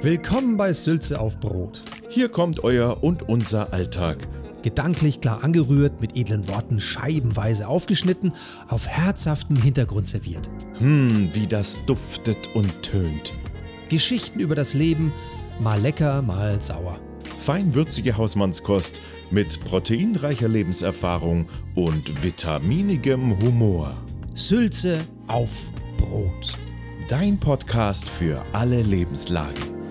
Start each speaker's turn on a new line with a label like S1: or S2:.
S1: Willkommen bei Sülze auf Brot.
S2: Hier kommt euer und unser Alltag.
S1: Gedanklich klar angerührt, mit edlen Worten scheibenweise aufgeschnitten, auf herzhaftem Hintergrund serviert.
S2: Hm, wie das duftet und tönt.
S1: Geschichten über das Leben, mal lecker, mal sauer.
S2: Feinwürzige Hausmannskost mit proteinreicher Lebenserfahrung und vitaminigem Humor.
S1: Sülze auf Brot.
S2: Dein Podcast für alle Lebenslagen.